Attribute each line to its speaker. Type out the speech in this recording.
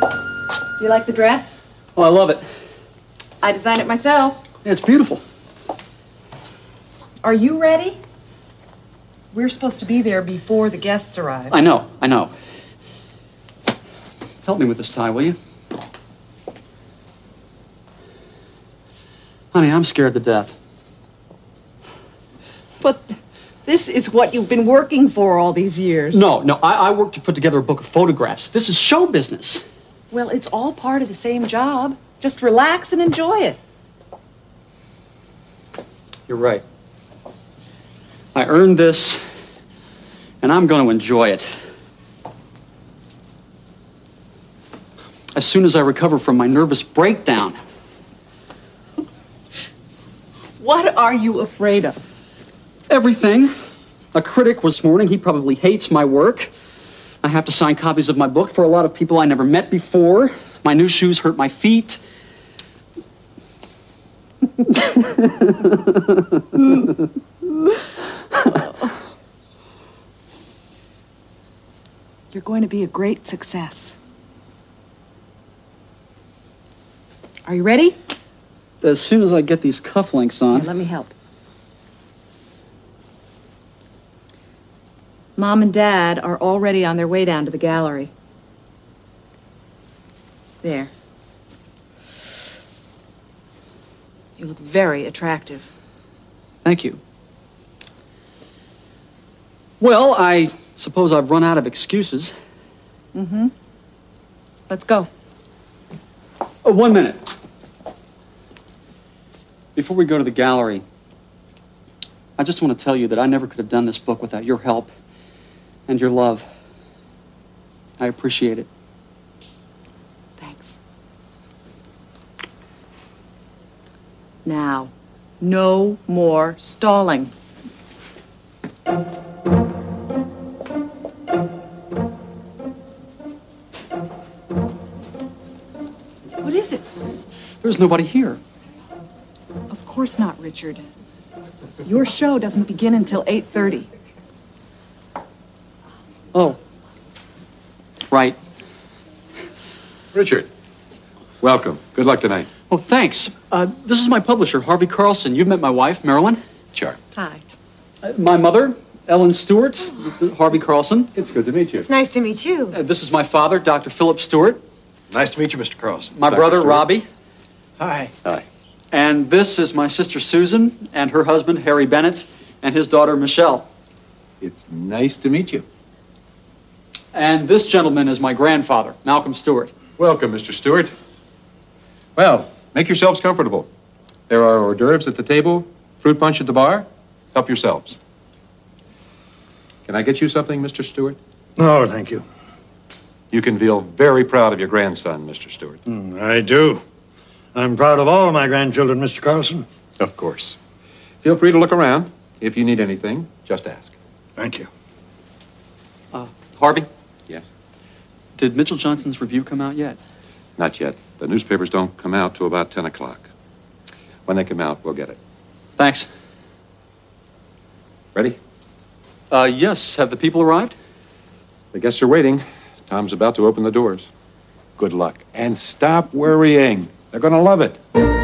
Speaker 1: Do you like the dress?
Speaker 2: Oh, I love it.
Speaker 1: I designed it myself.
Speaker 2: Yeah, it's beautiful.
Speaker 3: Are you ready? We're supposed to be there before the guests arrive.
Speaker 2: I know, I know. Help me with this tie, will you? Honey, I'm scared to death.
Speaker 1: But th- this is what you've been working for all these years.
Speaker 2: No, no, I, I worked to put together a book of photographs. This is show business.
Speaker 1: Well, it's all part of the same job. Just relax and enjoy it.
Speaker 2: You're right. I earned this, and I'm going to enjoy it. As soon as I recover from my nervous breakdown,
Speaker 1: What are you afraid of?
Speaker 2: everything. A critic was warning he probably hates my work. I have to sign copies of my book for a lot of people I never met before. My new shoes hurt my feet.
Speaker 1: You're going to be a great success. Are you ready?
Speaker 2: As soon as I get these cufflinks on.
Speaker 1: Here, let me help. Mom and Dad are already on their way down to the gallery. There. You look very attractive.
Speaker 2: Thank you. Well, I suppose I've run out of excuses.
Speaker 1: Mm-hmm. Let's go.
Speaker 2: Oh, one minute. Before we go to the gallery, I just want to tell you that I never could have done this book without your help and your love. I appreciate it.
Speaker 1: Thanks. Now, no more stalling. What is it?
Speaker 2: There's nobody here.
Speaker 3: Of course not, Richard. Your show doesn't begin until 8:30.
Speaker 2: Oh. Right.
Speaker 4: Richard, welcome. Good luck tonight.
Speaker 2: Oh, thanks. Uh, this is my publisher, Harvey Carlson. You've met my wife, Marilyn.
Speaker 4: Sure.
Speaker 1: Hi.
Speaker 2: Uh, my mother, Ellen Stewart, Harvey Carlson.
Speaker 4: It's good to meet you.
Speaker 5: It's nice to meet you.
Speaker 2: Uh, this is my father, Dr. Philip Stewart.
Speaker 6: Nice to meet you, Mr. Carlson.
Speaker 2: My
Speaker 4: Dr.
Speaker 2: brother,
Speaker 4: Stewart.
Speaker 2: Robbie.
Speaker 7: Hi.
Speaker 4: Hi.
Speaker 2: And this is my sister, Susan, and her husband, Harry Bennett, and his daughter, Michelle.
Speaker 4: It's nice to meet you.
Speaker 2: And this gentleman is my grandfather, Malcolm Stewart.
Speaker 4: Welcome, Mr. Stewart. Well, make yourselves comfortable. There are hors d'oeuvres at the table, fruit punch at the bar. Help yourselves. Can I get you something, Mr. Stewart?
Speaker 7: No, Oh, thank you.
Speaker 4: You can feel very proud of your grandson, Mr. Stewart.
Speaker 7: Mm, I do. I'm proud of all my grandchildren, Mr. Carlson.
Speaker 4: Of course. Feel free to look around. If you need anything, just ask.
Speaker 7: Thank you.
Speaker 2: Uh, Harvey,
Speaker 4: Yes?
Speaker 2: did Mitchell Johnson's review come out yet?
Speaker 4: Not yet. The newspapers don't come out till about 10 o'clock. When they come out, we'll get it.
Speaker 2: Thanks.
Speaker 4: Ready?
Speaker 2: Uh, yes, have the people arrived?
Speaker 4: The guests are waiting. Tom's about to open the doors. Good luck. And stop worrying. They're going to love it.